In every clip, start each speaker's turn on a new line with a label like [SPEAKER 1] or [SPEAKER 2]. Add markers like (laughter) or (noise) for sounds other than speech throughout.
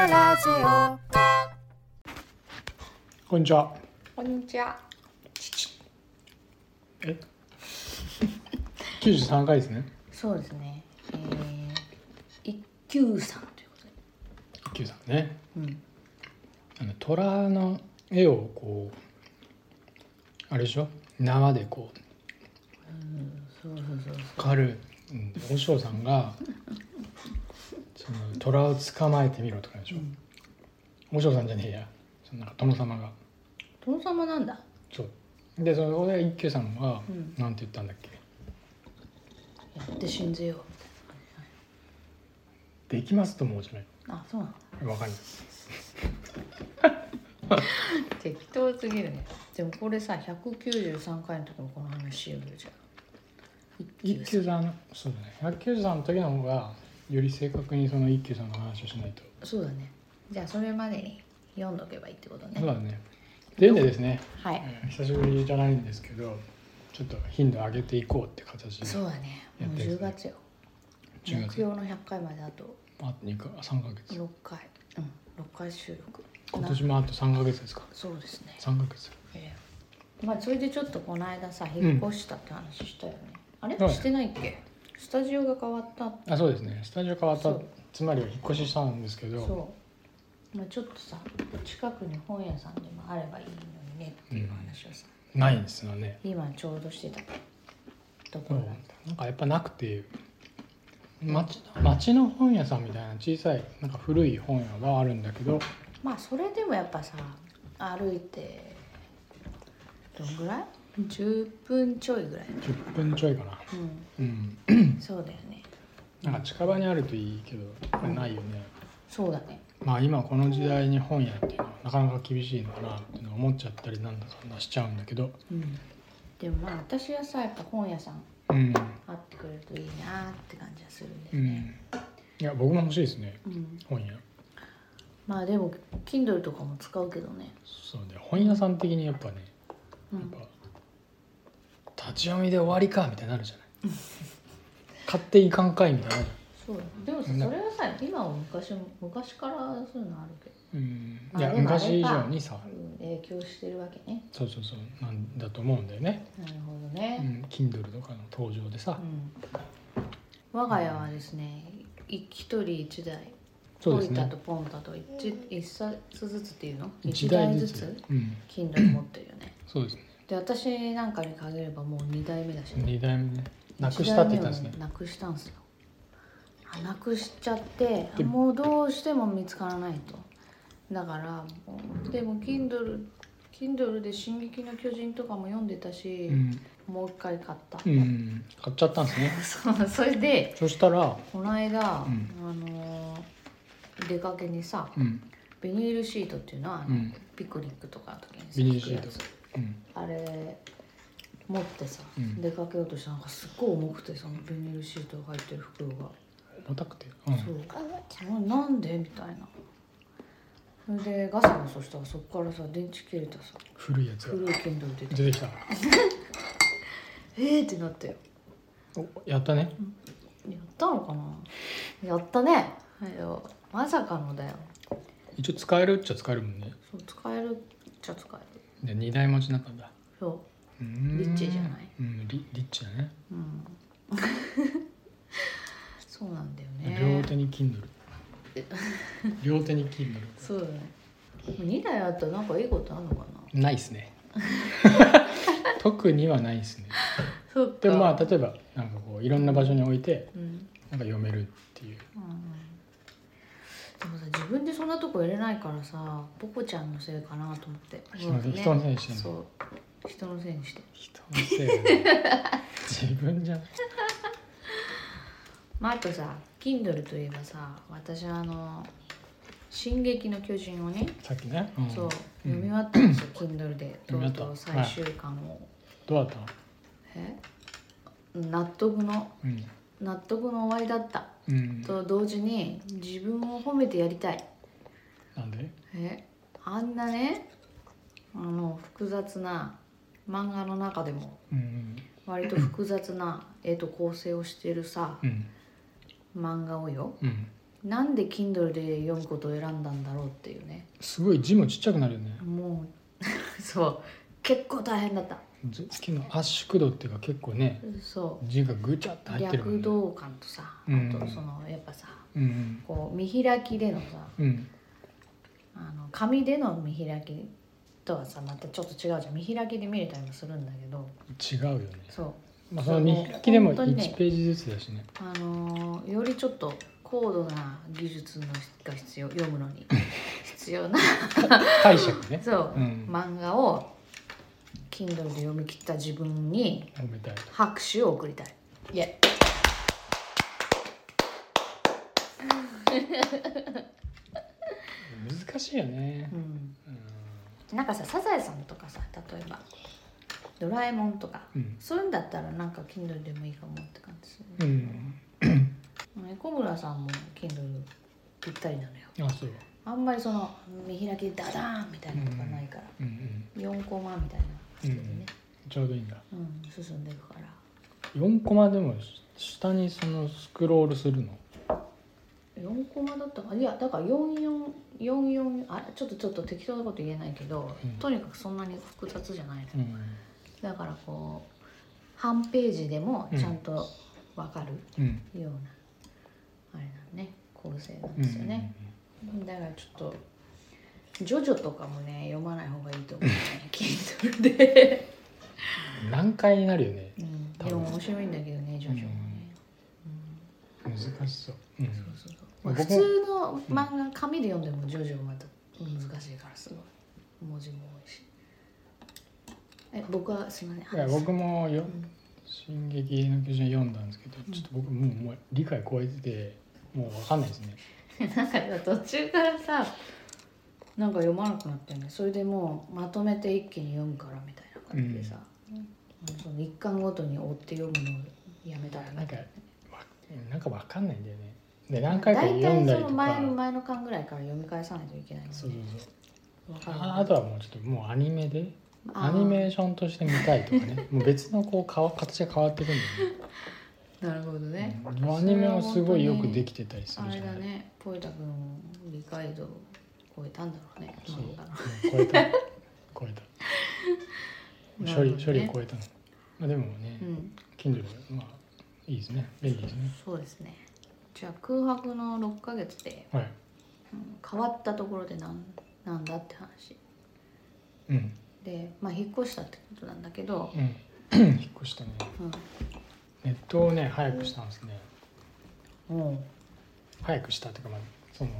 [SPEAKER 1] ジ
[SPEAKER 2] こんにちは。
[SPEAKER 1] オこんにちは
[SPEAKER 2] え。九十三回ですね。
[SPEAKER 1] そうですねえー、一休さんということで
[SPEAKER 2] 九三ね。
[SPEAKER 1] うん
[SPEAKER 2] あの虎の絵をこう。あれでしょ縄でこう。
[SPEAKER 1] そうそうそう
[SPEAKER 2] 狩る。うん、和尚さんが。その虎を捕まえてみろとかでしょ。和尚さんじゃねえや。そのなんか殿様が。
[SPEAKER 1] 殿様なんだ
[SPEAKER 2] そう。で、その俺一休さんは
[SPEAKER 1] うん、
[SPEAKER 2] なんて言ったんだっけ。
[SPEAKER 1] やって信じよう
[SPEAKER 2] できますと思うじゃない。
[SPEAKER 1] あそうなんだ
[SPEAKER 2] わかんない。
[SPEAKER 1] 適当すぎるねでもこれさ193回の時もこの話しようよじゃあ一
[SPEAKER 2] 一
[SPEAKER 1] 休
[SPEAKER 2] 休さんそうだね193の時の方がより正確にその一休さんの話をしないと、
[SPEAKER 1] そうだねじゃあそれまでに読んどけばいいってことね
[SPEAKER 2] そうだねででですね、
[SPEAKER 1] はい
[SPEAKER 2] えー久しぶりじゃないんですけどちょっと頻度上げていこうって形で
[SPEAKER 1] そうだねもう
[SPEAKER 2] やってる
[SPEAKER 1] 10
[SPEAKER 2] んです
[SPEAKER 1] 月よ
[SPEAKER 2] 10
[SPEAKER 1] 目
[SPEAKER 2] 月
[SPEAKER 1] 標の100回まであと
[SPEAKER 2] あと2か3か月
[SPEAKER 1] 6回うん6回収録
[SPEAKER 2] 今年もあと3か月ですか
[SPEAKER 1] なそうですね
[SPEAKER 2] 3か月
[SPEAKER 1] ええまあそれでちょっとこの間さ引っ越したって話したよね、あれ
[SPEAKER 2] はい
[SPEAKER 1] してないっけスタジオが変わったって
[SPEAKER 2] あそうですねスタジオ変わっ
[SPEAKER 1] そ
[SPEAKER 2] た
[SPEAKER 1] う
[SPEAKER 2] つまり引っ越ししたんですけど
[SPEAKER 1] そう、まあ、ちょっとさ近くに本屋さんでもあればいいのにねっていう話をさ、
[SPEAKER 2] ないんですよね
[SPEAKER 1] 今ちょうどしてたと
[SPEAKER 2] そ
[SPEAKER 1] こ
[SPEAKER 2] う
[SPEAKER 1] ろだった、
[SPEAKER 2] なんかやっぱなくて町町の本屋さんみたいな小さいなんか古い本屋はあるんだけど
[SPEAKER 1] まあそれでもやっぱさ歩いてどんぐらい10分ちょいぐらい、
[SPEAKER 2] 10分ちょいかな
[SPEAKER 1] う
[SPEAKER 2] うん
[SPEAKER 1] ん、そうだよね
[SPEAKER 2] なんか近場にあるといいけどこれないよね
[SPEAKER 1] そうだね
[SPEAKER 2] まあ今この時代に本屋っていうのはなかなか厳しいのかなっていうのは思っちゃったりなんだかんだしちゃうんだけど
[SPEAKER 1] うんでもまあ私はさやっぱ本屋さん
[SPEAKER 2] うん
[SPEAKER 1] あってくれるといいなって感じがするんだ
[SPEAKER 2] う
[SPEAKER 1] よね、
[SPEAKER 2] んいや僕も欲しいですね
[SPEAKER 1] うん
[SPEAKER 2] 本屋
[SPEAKER 1] まあでも Kindle とかも使うけどね、
[SPEAKER 2] そうで本屋さん的にやっぱね
[SPEAKER 1] う
[SPEAKER 2] やっ
[SPEAKER 1] ん、
[SPEAKER 2] ぱ立ち読みで終わりかみたいになるじゃない買っていかんかいみたいになる
[SPEAKER 1] そうでもさそれはさ今も昔も昔からそういうのあるけど
[SPEAKER 2] うん
[SPEAKER 1] あ
[SPEAKER 2] いや
[SPEAKER 1] でもあれか
[SPEAKER 2] 昔以上にさ
[SPEAKER 1] うん影響してるわけね
[SPEAKER 2] そうそうそうなんだと思うんだよね、
[SPEAKER 1] なるほど
[SPEAKER 2] う
[SPEAKER 1] ね、
[SPEAKER 2] ん、Kindle とかの登場でさ、
[SPEAKER 1] うん我が家はですねい一人一台
[SPEAKER 2] そう
[SPEAKER 1] ト
[SPEAKER 2] です
[SPEAKER 1] イタ
[SPEAKER 2] ね
[SPEAKER 1] とポンタと一一冊ずつっていうの
[SPEAKER 2] 一
[SPEAKER 1] 一台ず
[SPEAKER 2] 台
[SPEAKER 1] つ
[SPEAKER 2] うん、
[SPEAKER 1] Kindle 持ってるよね
[SPEAKER 2] そうですね
[SPEAKER 1] で私なんかに限ればもう二台目だしね
[SPEAKER 2] 二代目ねなくしたって言ったんですね
[SPEAKER 1] 一台目をなくしたんですよあなくしちゃって
[SPEAKER 2] で
[SPEAKER 1] もうどうしても見つからないとだからもうでも Kindle Kindle で「進撃の巨人」とかも読んでたし、
[SPEAKER 2] うん、
[SPEAKER 1] もう一回買った、
[SPEAKER 2] うん、買っちゃったんですね
[SPEAKER 1] (laughs) そうそれで
[SPEAKER 2] そしたら、
[SPEAKER 1] この間、
[SPEAKER 2] うん
[SPEAKER 1] あのー出かけにさ
[SPEAKER 2] うん
[SPEAKER 1] ビニールシートっていうのは、あ
[SPEAKER 2] う
[SPEAKER 1] の
[SPEAKER 2] ん
[SPEAKER 1] ピクニックとかの時にさ
[SPEAKER 2] ビニールシー
[SPEAKER 1] 敷
[SPEAKER 2] ト
[SPEAKER 1] くやつ
[SPEAKER 2] うん、
[SPEAKER 1] あれ持ってさ、
[SPEAKER 2] うん
[SPEAKER 1] 出かけようとしたらなんかすっごい重くてそのビニールシートが入ってる袋が。
[SPEAKER 2] 重たくて、うん、
[SPEAKER 1] そうあなんでみたいなそれでガサガサしたらそこからさ電池切れたさ
[SPEAKER 2] 古いやつ
[SPEAKER 1] 古
[SPEAKER 2] が
[SPEAKER 1] い剣道出て
[SPEAKER 2] 出てきた
[SPEAKER 1] えーってなったよ
[SPEAKER 2] おやったね
[SPEAKER 1] やったのかなやったねいやまさかのだよ
[SPEAKER 2] 一応使えるっちゃ使えるもんね
[SPEAKER 1] そう使えるっちゃ使える
[SPEAKER 2] で二台持ちなかった
[SPEAKER 1] そう
[SPEAKER 2] ーん
[SPEAKER 1] リッチじゃない
[SPEAKER 2] うんリリッチだね
[SPEAKER 1] ううん (laughs) そうなんだよ
[SPEAKER 2] 両
[SPEAKER 1] ね
[SPEAKER 2] 手に Kindle 両手に Kindle
[SPEAKER 1] (laughs) そうだね2台あったらなんかいいことあるのかな
[SPEAKER 2] ないっす
[SPEAKER 1] (laughs)
[SPEAKER 2] ね特にはないっすね
[SPEAKER 1] そっ
[SPEAKER 2] でもまあ例えばなんかこういろんな場所に置いて
[SPEAKER 1] うん
[SPEAKER 2] なんか読めるっていう
[SPEAKER 1] うんでもさ自分でそんなとこ入れないからさポコちゃんのせいかなと思って
[SPEAKER 2] 人のせい人のせいにしてんの
[SPEAKER 1] そう人のせいにして
[SPEAKER 2] 人のせい (laughs) だ自分じゃない
[SPEAKER 1] まああとさ Kindle といえばさ私はあの「進撃の巨人」をね、
[SPEAKER 2] さっきね、うん
[SPEAKER 1] そう読
[SPEAKER 2] ん
[SPEAKER 1] み終わったんですよ Kindle で
[SPEAKER 2] 読
[SPEAKER 1] と
[SPEAKER 2] み
[SPEAKER 1] う
[SPEAKER 2] 終
[SPEAKER 1] と
[SPEAKER 2] わ
[SPEAKER 1] う
[SPEAKER 2] った
[SPEAKER 1] 最終巻を、
[SPEAKER 2] どうだったの
[SPEAKER 1] え納得の
[SPEAKER 2] うん、
[SPEAKER 1] 納得の終わりだった
[SPEAKER 2] うん、
[SPEAKER 1] と同時に自分を褒めてやりたい
[SPEAKER 2] なんで
[SPEAKER 1] えあんなねあの複雑な漫画の中でも
[SPEAKER 2] うん
[SPEAKER 1] 割と複雑な絵と構成をしてるさ
[SPEAKER 2] うん
[SPEAKER 1] 漫画をよ
[SPEAKER 2] うん
[SPEAKER 1] なんで Kindle で読むことを選んだんだろうっていうね
[SPEAKER 2] すごい字もちっちゃくなるよね
[SPEAKER 1] もう (laughs) そう結構大変だった
[SPEAKER 2] 字木の圧縮度っていうか結構ね
[SPEAKER 1] そ
[SPEAKER 2] 字がぐちゃって
[SPEAKER 1] う
[SPEAKER 2] 入ってるもん
[SPEAKER 1] 逆
[SPEAKER 2] ね
[SPEAKER 1] 動感とさあ
[SPEAKER 2] うん
[SPEAKER 1] とそのやっぱさ
[SPEAKER 2] うん
[SPEAKER 1] こう見開きでのさ
[SPEAKER 2] うんうん
[SPEAKER 1] あの紙での見開きとはさまたちょっと違うじゃん見開きで見れたりもするんだけど
[SPEAKER 2] 違うよね
[SPEAKER 1] そう
[SPEAKER 2] まあその見開きでも
[SPEAKER 1] 本当にね
[SPEAKER 2] 1ページずつだしね
[SPEAKER 1] あのーよりちょっと高度な技術のが必要読むの
[SPEAKER 2] (laughs)
[SPEAKER 1] に必要な
[SPEAKER 2] 解釈ね
[SPEAKER 1] そう、
[SPEAKER 2] うん
[SPEAKER 1] 漫画を Kindle で読み切った自分に
[SPEAKER 2] 褒めたいと
[SPEAKER 1] 拍手を送りたいイエ
[SPEAKER 2] 難しいよね
[SPEAKER 1] イ、うん
[SPEAKER 2] う
[SPEAKER 1] なんかさ「サザエさん」とかさ例えば「ドラえもん」とか
[SPEAKER 2] ん
[SPEAKER 1] そういうんだったらなんか Kindle でもいいかもって感じするね
[SPEAKER 2] うん、
[SPEAKER 1] うんエコムラさんも Kindle ぴったりなのよ
[SPEAKER 2] うん、あそう
[SPEAKER 1] あんまりその見開きでダダーンみたいなのとかないから、
[SPEAKER 2] うんうん
[SPEAKER 1] 4コマみたいな感じでね、
[SPEAKER 2] ちょうどいいんだ
[SPEAKER 1] うん進んでいくから
[SPEAKER 2] 4コマでも下にそのスクロールするの
[SPEAKER 1] 4コマだったかいやだから4444あれちょっとちょっと適当なこと言えないけど、
[SPEAKER 2] うん
[SPEAKER 1] とにかくそんなに複雑じゃないの
[SPEAKER 2] うん
[SPEAKER 1] だからこう半ページでもちゃんと分か
[SPEAKER 2] うん
[SPEAKER 1] るような、あれなんね構成なんですよね、だからちょっと「ジョジョ」とかもね読まない方がいいと思うね Kindle で、
[SPEAKER 2] うん難解になるよね
[SPEAKER 1] うん、でも面白いんだけどね「ジョジョ」もね、
[SPEAKER 2] 難しそう、うん
[SPEAKER 1] そうそうそう
[SPEAKER 2] 僕
[SPEAKER 1] 普
[SPEAKER 2] も
[SPEAKER 1] 通の漫画紙で読んでもジョジョまた難しいからすごい文字も多いしえ僕はすいません
[SPEAKER 2] いや僕もよ
[SPEAKER 1] うん
[SPEAKER 2] 「進撃の巨人」読んだんですけどちょっと僕もうもう理解超えててもう分かんないですね
[SPEAKER 1] なんかさ途中からさなんか読まなくなってねそれでもうまとめて一気に読むからみたいな感じでさ、その一巻ごとに追って読むのをやめたら
[SPEAKER 2] なん
[SPEAKER 1] ね
[SPEAKER 2] かわなんか分かんないんだよねで何回か読んだ
[SPEAKER 1] 大体
[SPEAKER 2] り
[SPEAKER 1] その
[SPEAKER 2] と
[SPEAKER 1] 前
[SPEAKER 2] か
[SPEAKER 1] の前の巻ぐらいから読み返さないといけないの
[SPEAKER 2] そうそうそう
[SPEAKER 1] わかる
[SPEAKER 2] ああとはもうちょっともうアニメで
[SPEAKER 1] あー
[SPEAKER 2] アニメーションとして見たいとかねもう別のこうかわ形が変わってくるん
[SPEAKER 1] なるほど
[SPEAKER 2] だよね
[SPEAKER 1] ね、
[SPEAKER 2] うんアニメはすごいよくできてたりす
[SPEAKER 1] あ
[SPEAKER 2] るじ
[SPEAKER 1] れ
[SPEAKER 2] ゃ
[SPEAKER 1] だ
[SPEAKER 2] ない
[SPEAKER 1] ねポエタ君理解度を超えたんだろうね
[SPEAKER 2] そう
[SPEAKER 1] 漫画の
[SPEAKER 2] 超えた超えた
[SPEAKER 1] な
[SPEAKER 2] 処理
[SPEAKER 1] るほどね
[SPEAKER 2] 処理を超えたの、まあ、でもね、
[SPEAKER 1] うん
[SPEAKER 2] Kindle まあいいですね便利ですね
[SPEAKER 1] そうですねじゃあ空白の6ヶ月で、
[SPEAKER 2] はい
[SPEAKER 1] うん変わったところでなんなんだって話
[SPEAKER 2] うん、
[SPEAKER 1] でまあ引っ越したってことなんだけど、
[SPEAKER 2] うん、 (coughs) 引っ越したね
[SPEAKER 1] う
[SPEAKER 2] ネットをね早くしたんですね
[SPEAKER 1] ん、もう
[SPEAKER 2] 早くしたっていうかまあその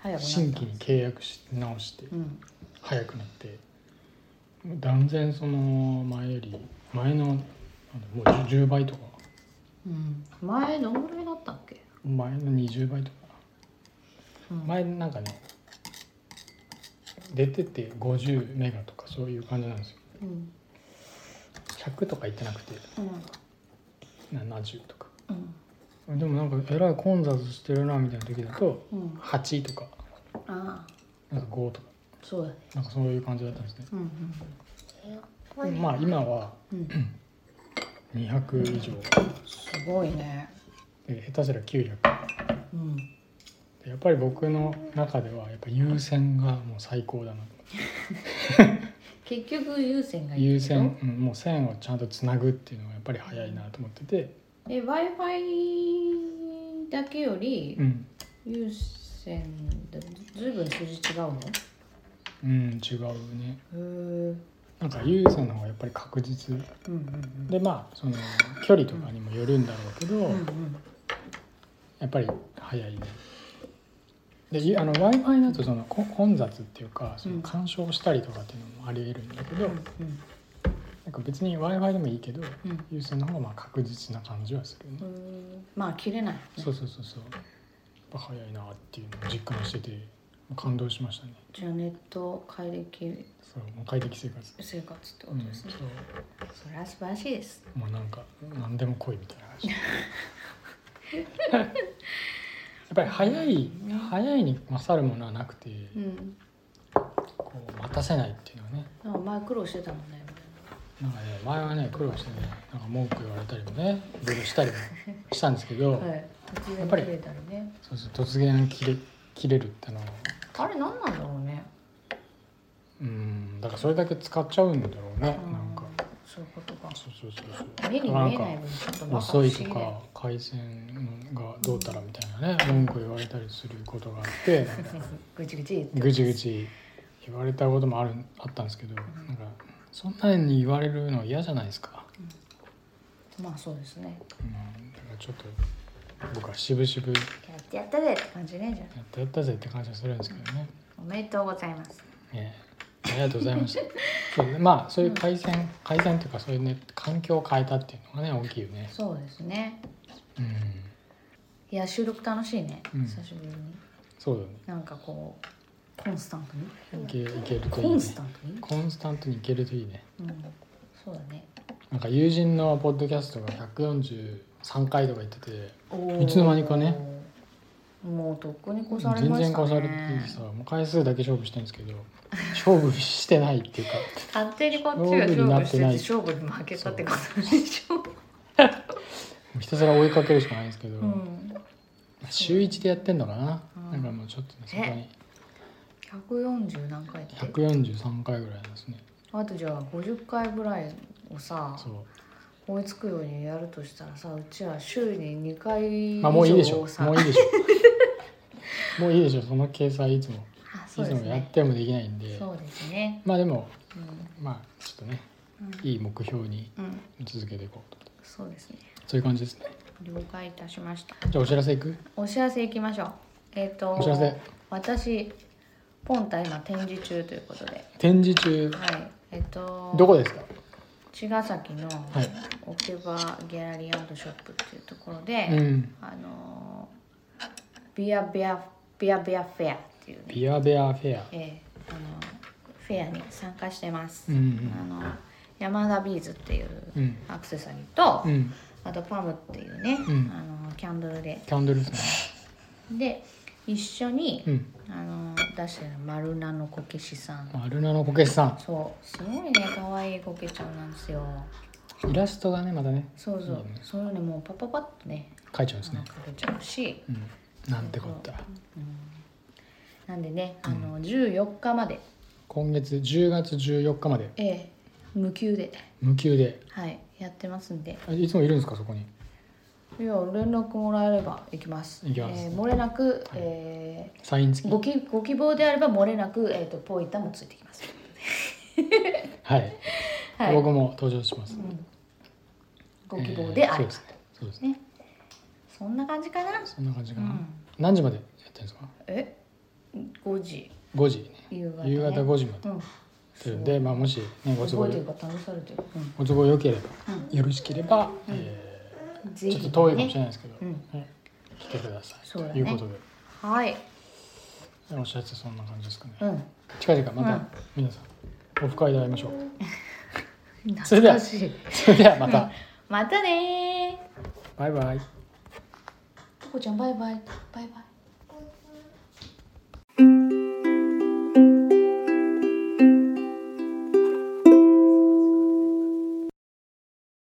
[SPEAKER 1] 早くなった
[SPEAKER 2] 新規に契約し直して
[SPEAKER 1] うん
[SPEAKER 2] 早くなって断然その前より前のなんだもう 10, 10倍とか
[SPEAKER 1] うん、前どんぐらいだったっけ、
[SPEAKER 2] 前の20倍とか
[SPEAKER 1] うん、
[SPEAKER 2] 前なんかね出てて50メガとかそういう感じなんですよ
[SPEAKER 1] うん
[SPEAKER 2] 100とかいってなくて
[SPEAKER 1] うん
[SPEAKER 2] 70とか
[SPEAKER 1] うん
[SPEAKER 2] でもなんかえらい混雑してるなみたいな時だと
[SPEAKER 1] うん
[SPEAKER 2] 8とか
[SPEAKER 1] ああ
[SPEAKER 2] なんか5とか
[SPEAKER 1] そうだね
[SPEAKER 2] なんかそういう感じだったんですね
[SPEAKER 1] うん
[SPEAKER 2] でもまあ今は
[SPEAKER 1] うんうん
[SPEAKER 2] 200以上
[SPEAKER 1] すごいね
[SPEAKER 2] で下手すら900
[SPEAKER 1] うん
[SPEAKER 2] やっぱり僕の中ではやっぱ優先がもう最高だな
[SPEAKER 1] 結局優先がいいけど
[SPEAKER 2] 優先、うん、もう線をちゃんとつなぐっていうのがやっぱり早いなと思ってて、
[SPEAKER 1] え w i f i だけより
[SPEAKER 2] うん
[SPEAKER 1] 有線だずいぶん数字違うの
[SPEAKER 2] うん、違うね
[SPEAKER 1] へー
[SPEAKER 2] なんか優先の方がやっぱり確実
[SPEAKER 1] うんうん
[SPEAKER 2] でまあその距離とかにもよるんだろうけど、
[SPEAKER 1] うんうん
[SPEAKER 2] やっぱり早いねでゆあの w i f i だとそのこ混雑っていうかその干渉したりとかっていうのもありえるんだけど、
[SPEAKER 1] うん
[SPEAKER 2] なんか別に w i f i でもいいけど
[SPEAKER 1] うんうん
[SPEAKER 2] 優先の方がまあ確実な感じはするね、
[SPEAKER 1] うーんまあ切れないね
[SPEAKER 2] そうそうそうそう。やっぱ早いなっていうのを実感してて感動しましたね。
[SPEAKER 1] じゃあネット快適
[SPEAKER 2] そうもう快適生活。
[SPEAKER 1] 生活ってこ
[SPEAKER 2] う
[SPEAKER 1] と
[SPEAKER 2] ん、
[SPEAKER 1] です
[SPEAKER 2] そ
[SPEAKER 1] ね、それは素晴らしいです
[SPEAKER 2] うもうなんか何でも来いみたいな感じ。やっぱり早い早いに勝るものはなくて、
[SPEAKER 1] うん
[SPEAKER 2] こう待たせないっていうのはね。
[SPEAKER 1] なんか前苦労してたもんね
[SPEAKER 2] なんかね前はね苦労してねなんか文句言われたりもねいろいろしたりもしたんですけど、
[SPEAKER 1] はい、突
[SPEAKER 2] や
[SPEAKER 1] 然
[SPEAKER 2] っぱり
[SPEAKER 1] 切れたりね
[SPEAKER 2] そうそう突然切れ切れるってのは
[SPEAKER 1] あれ何なんだろうね
[SPEAKER 2] うんだからそれだけ使っちゃうんだろうね、
[SPEAKER 1] うん
[SPEAKER 2] なんか
[SPEAKER 1] そういうことか
[SPEAKER 2] そうそうそう
[SPEAKER 1] 目
[SPEAKER 2] そう
[SPEAKER 1] に見
[SPEAKER 2] なん
[SPEAKER 1] えない
[SPEAKER 2] か
[SPEAKER 1] 分ちょっとなん不
[SPEAKER 2] 遅
[SPEAKER 1] 思
[SPEAKER 2] い
[SPEAKER 1] 議だ
[SPEAKER 2] と
[SPEAKER 1] よ
[SPEAKER 2] か回線がどうたらみたいなね文句言われたりすることがあってなんか
[SPEAKER 1] (laughs) ぐちぐち言って
[SPEAKER 2] ぐちぐち言われたこともあるあったんですけどなんかそんなに言われるの嫌じゃないですか、
[SPEAKER 1] まあそうですね
[SPEAKER 2] うん、だからちょっと僕は渋々や
[SPEAKER 1] やってやったぜって感じねじゃ
[SPEAKER 2] ったやったぜって感じがするんですけどね
[SPEAKER 1] あおめでとうございます
[SPEAKER 2] ねありがとうございましたそ
[SPEAKER 1] (laughs)
[SPEAKER 2] うねまあそういう改善、改善っていうかそういうね環境を変えたっていうのがね大きいよね
[SPEAKER 1] そうですね
[SPEAKER 2] うん
[SPEAKER 1] いや収録楽しいね、
[SPEAKER 2] うん
[SPEAKER 1] 久しぶりに
[SPEAKER 2] そう
[SPEAKER 1] なんかこうコンスタント
[SPEAKER 2] だねい
[SPEAKER 1] に
[SPEAKER 2] けいけるとい
[SPEAKER 1] コ
[SPEAKER 2] い
[SPEAKER 1] ン
[SPEAKER 2] ね
[SPEAKER 1] スタントに、
[SPEAKER 2] コンスタントにいけるといいね
[SPEAKER 1] うん、そうだね
[SPEAKER 2] なんか友人のポッドキャストが143回とか言ってて
[SPEAKER 1] おー
[SPEAKER 2] いつの間にかね
[SPEAKER 1] もうとっくに越され
[SPEAKER 2] 全
[SPEAKER 1] まし
[SPEAKER 2] 然
[SPEAKER 1] た
[SPEAKER 2] 越され
[SPEAKER 1] ね
[SPEAKER 2] ててさもう回数だけ勝負してるんですけど勝負してないっていうか
[SPEAKER 1] 勝手にこっちが勝負してて勝負に負けたってことでしょ
[SPEAKER 2] もうひたすら追いかけるしかないんですけど、
[SPEAKER 1] うん
[SPEAKER 2] 週1でやってんのかな、
[SPEAKER 1] うん
[SPEAKER 2] なんかもうちょっとねそこに
[SPEAKER 1] 140何回って
[SPEAKER 2] 143回ぐらいですね
[SPEAKER 1] あとじゃあ50回ぐらいをさ
[SPEAKER 2] そう
[SPEAKER 1] 追いつくようにやるとしたらさうちは週に2回以
[SPEAKER 2] まあもういいでし
[SPEAKER 1] 上
[SPEAKER 2] ょ
[SPEAKER 1] をさ
[SPEAKER 2] もういいでしょもういいでしょその計算いつも、
[SPEAKER 1] あ
[SPEAKER 2] い
[SPEAKER 1] そう
[SPEAKER 2] つ
[SPEAKER 1] です
[SPEAKER 2] もやっ
[SPEAKER 1] ね
[SPEAKER 2] てもできないんで
[SPEAKER 1] そうですね
[SPEAKER 2] まあでも
[SPEAKER 1] うん
[SPEAKER 2] まあちょっとね
[SPEAKER 1] うん
[SPEAKER 2] いい目標に
[SPEAKER 1] うん
[SPEAKER 2] 続けていこうと
[SPEAKER 1] そうですね
[SPEAKER 2] そういう感じですね
[SPEAKER 1] 了解いたしました
[SPEAKER 2] じゃあお知らせいく
[SPEAKER 1] お知らせいきましょうえっ、と
[SPEAKER 2] お知らせ
[SPEAKER 1] 私ポンタ今展示中ということで
[SPEAKER 2] 展示中
[SPEAKER 1] はいえっ、と
[SPEAKER 2] どこですか
[SPEAKER 1] 茅ヶ崎の
[SPEAKER 2] はい
[SPEAKER 1] 置き場ギャラリーアートショップっていうところで、
[SPEAKER 2] うん
[SPEAKER 1] あのービアビアビアビアフェアっていうね、
[SPEAKER 2] ビアベアフェア
[SPEAKER 1] えーあのフェアに参加してます、
[SPEAKER 2] うん
[SPEAKER 1] あの山田ビーズっていう
[SPEAKER 2] うん
[SPEAKER 1] アクセサリーと、
[SPEAKER 2] うんうん
[SPEAKER 1] あとパムっていうね、
[SPEAKER 2] うん
[SPEAKER 1] あのキャンドルで
[SPEAKER 2] キャンドルですね
[SPEAKER 1] で一緒に、
[SPEAKER 2] うん
[SPEAKER 1] あの出してるマルナのこけしさん
[SPEAKER 2] アルナのこけしさ
[SPEAKER 1] そうすごいね可愛いこけちゃんなんですよ
[SPEAKER 2] んイラストがねまたね
[SPEAKER 1] そうそう、
[SPEAKER 2] いいね
[SPEAKER 1] そういうのもうパッパパッとね
[SPEAKER 2] 描いちゃうんです
[SPEAKER 1] あの
[SPEAKER 2] ね
[SPEAKER 1] かけちゃうし、
[SPEAKER 2] うんなんてこった
[SPEAKER 1] なんでねあの14日まで、
[SPEAKER 2] 今月10月14日まで
[SPEAKER 1] ええ無給で
[SPEAKER 2] 無給で
[SPEAKER 1] はいやってますんで
[SPEAKER 2] あいつもいるんですかそこに
[SPEAKER 1] いや連絡もらえれば行きます
[SPEAKER 2] 行きます
[SPEAKER 1] えー、漏れなく、え
[SPEAKER 2] サイン付
[SPEAKER 1] ー
[SPEAKER 2] き
[SPEAKER 1] ごきご希望であれば漏れなく、えー、とポインタもついてきます
[SPEAKER 2] はい、
[SPEAKER 1] はい
[SPEAKER 2] 僕も登場します。
[SPEAKER 1] ご希望であれば、
[SPEAKER 2] えーそうですね。そうですね。
[SPEAKER 1] ねそんな感じかな
[SPEAKER 2] そんな感じかな。
[SPEAKER 1] うん
[SPEAKER 2] 何時までやってるんですか。
[SPEAKER 1] え5時
[SPEAKER 2] 5時、ね
[SPEAKER 1] 夕方、ね、
[SPEAKER 2] 夕方5時まで。
[SPEAKER 1] うん
[SPEAKER 2] というので、まあもし、ね、ご都合
[SPEAKER 1] 覚えてるか試されてる、うん
[SPEAKER 2] ご都合良ければ、よろしければ、えー
[SPEAKER 1] ぜ
[SPEAKER 2] ちょ
[SPEAKER 1] ひ
[SPEAKER 2] っと遠いかもしれないですけど、
[SPEAKER 1] うん
[SPEAKER 2] ね来てください。
[SPEAKER 1] そうだね
[SPEAKER 2] ということで、
[SPEAKER 1] はい
[SPEAKER 2] じゃあお知らせそんな感じですかね。
[SPEAKER 1] うん
[SPEAKER 2] 近々また、
[SPEAKER 1] うん
[SPEAKER 2] 皆さんオフ会で会いましょう。それで
[SPEAKER 1] 懐
[SPEAKER 2] は
[SPEAKER 1] かしい
[SPEAKER 2] それではまた、
[SPEAKER 1] またねー
[SPEAKER 2] バイバイ。
[SPEAKER 1] ポコちゃんバイバイバイバイ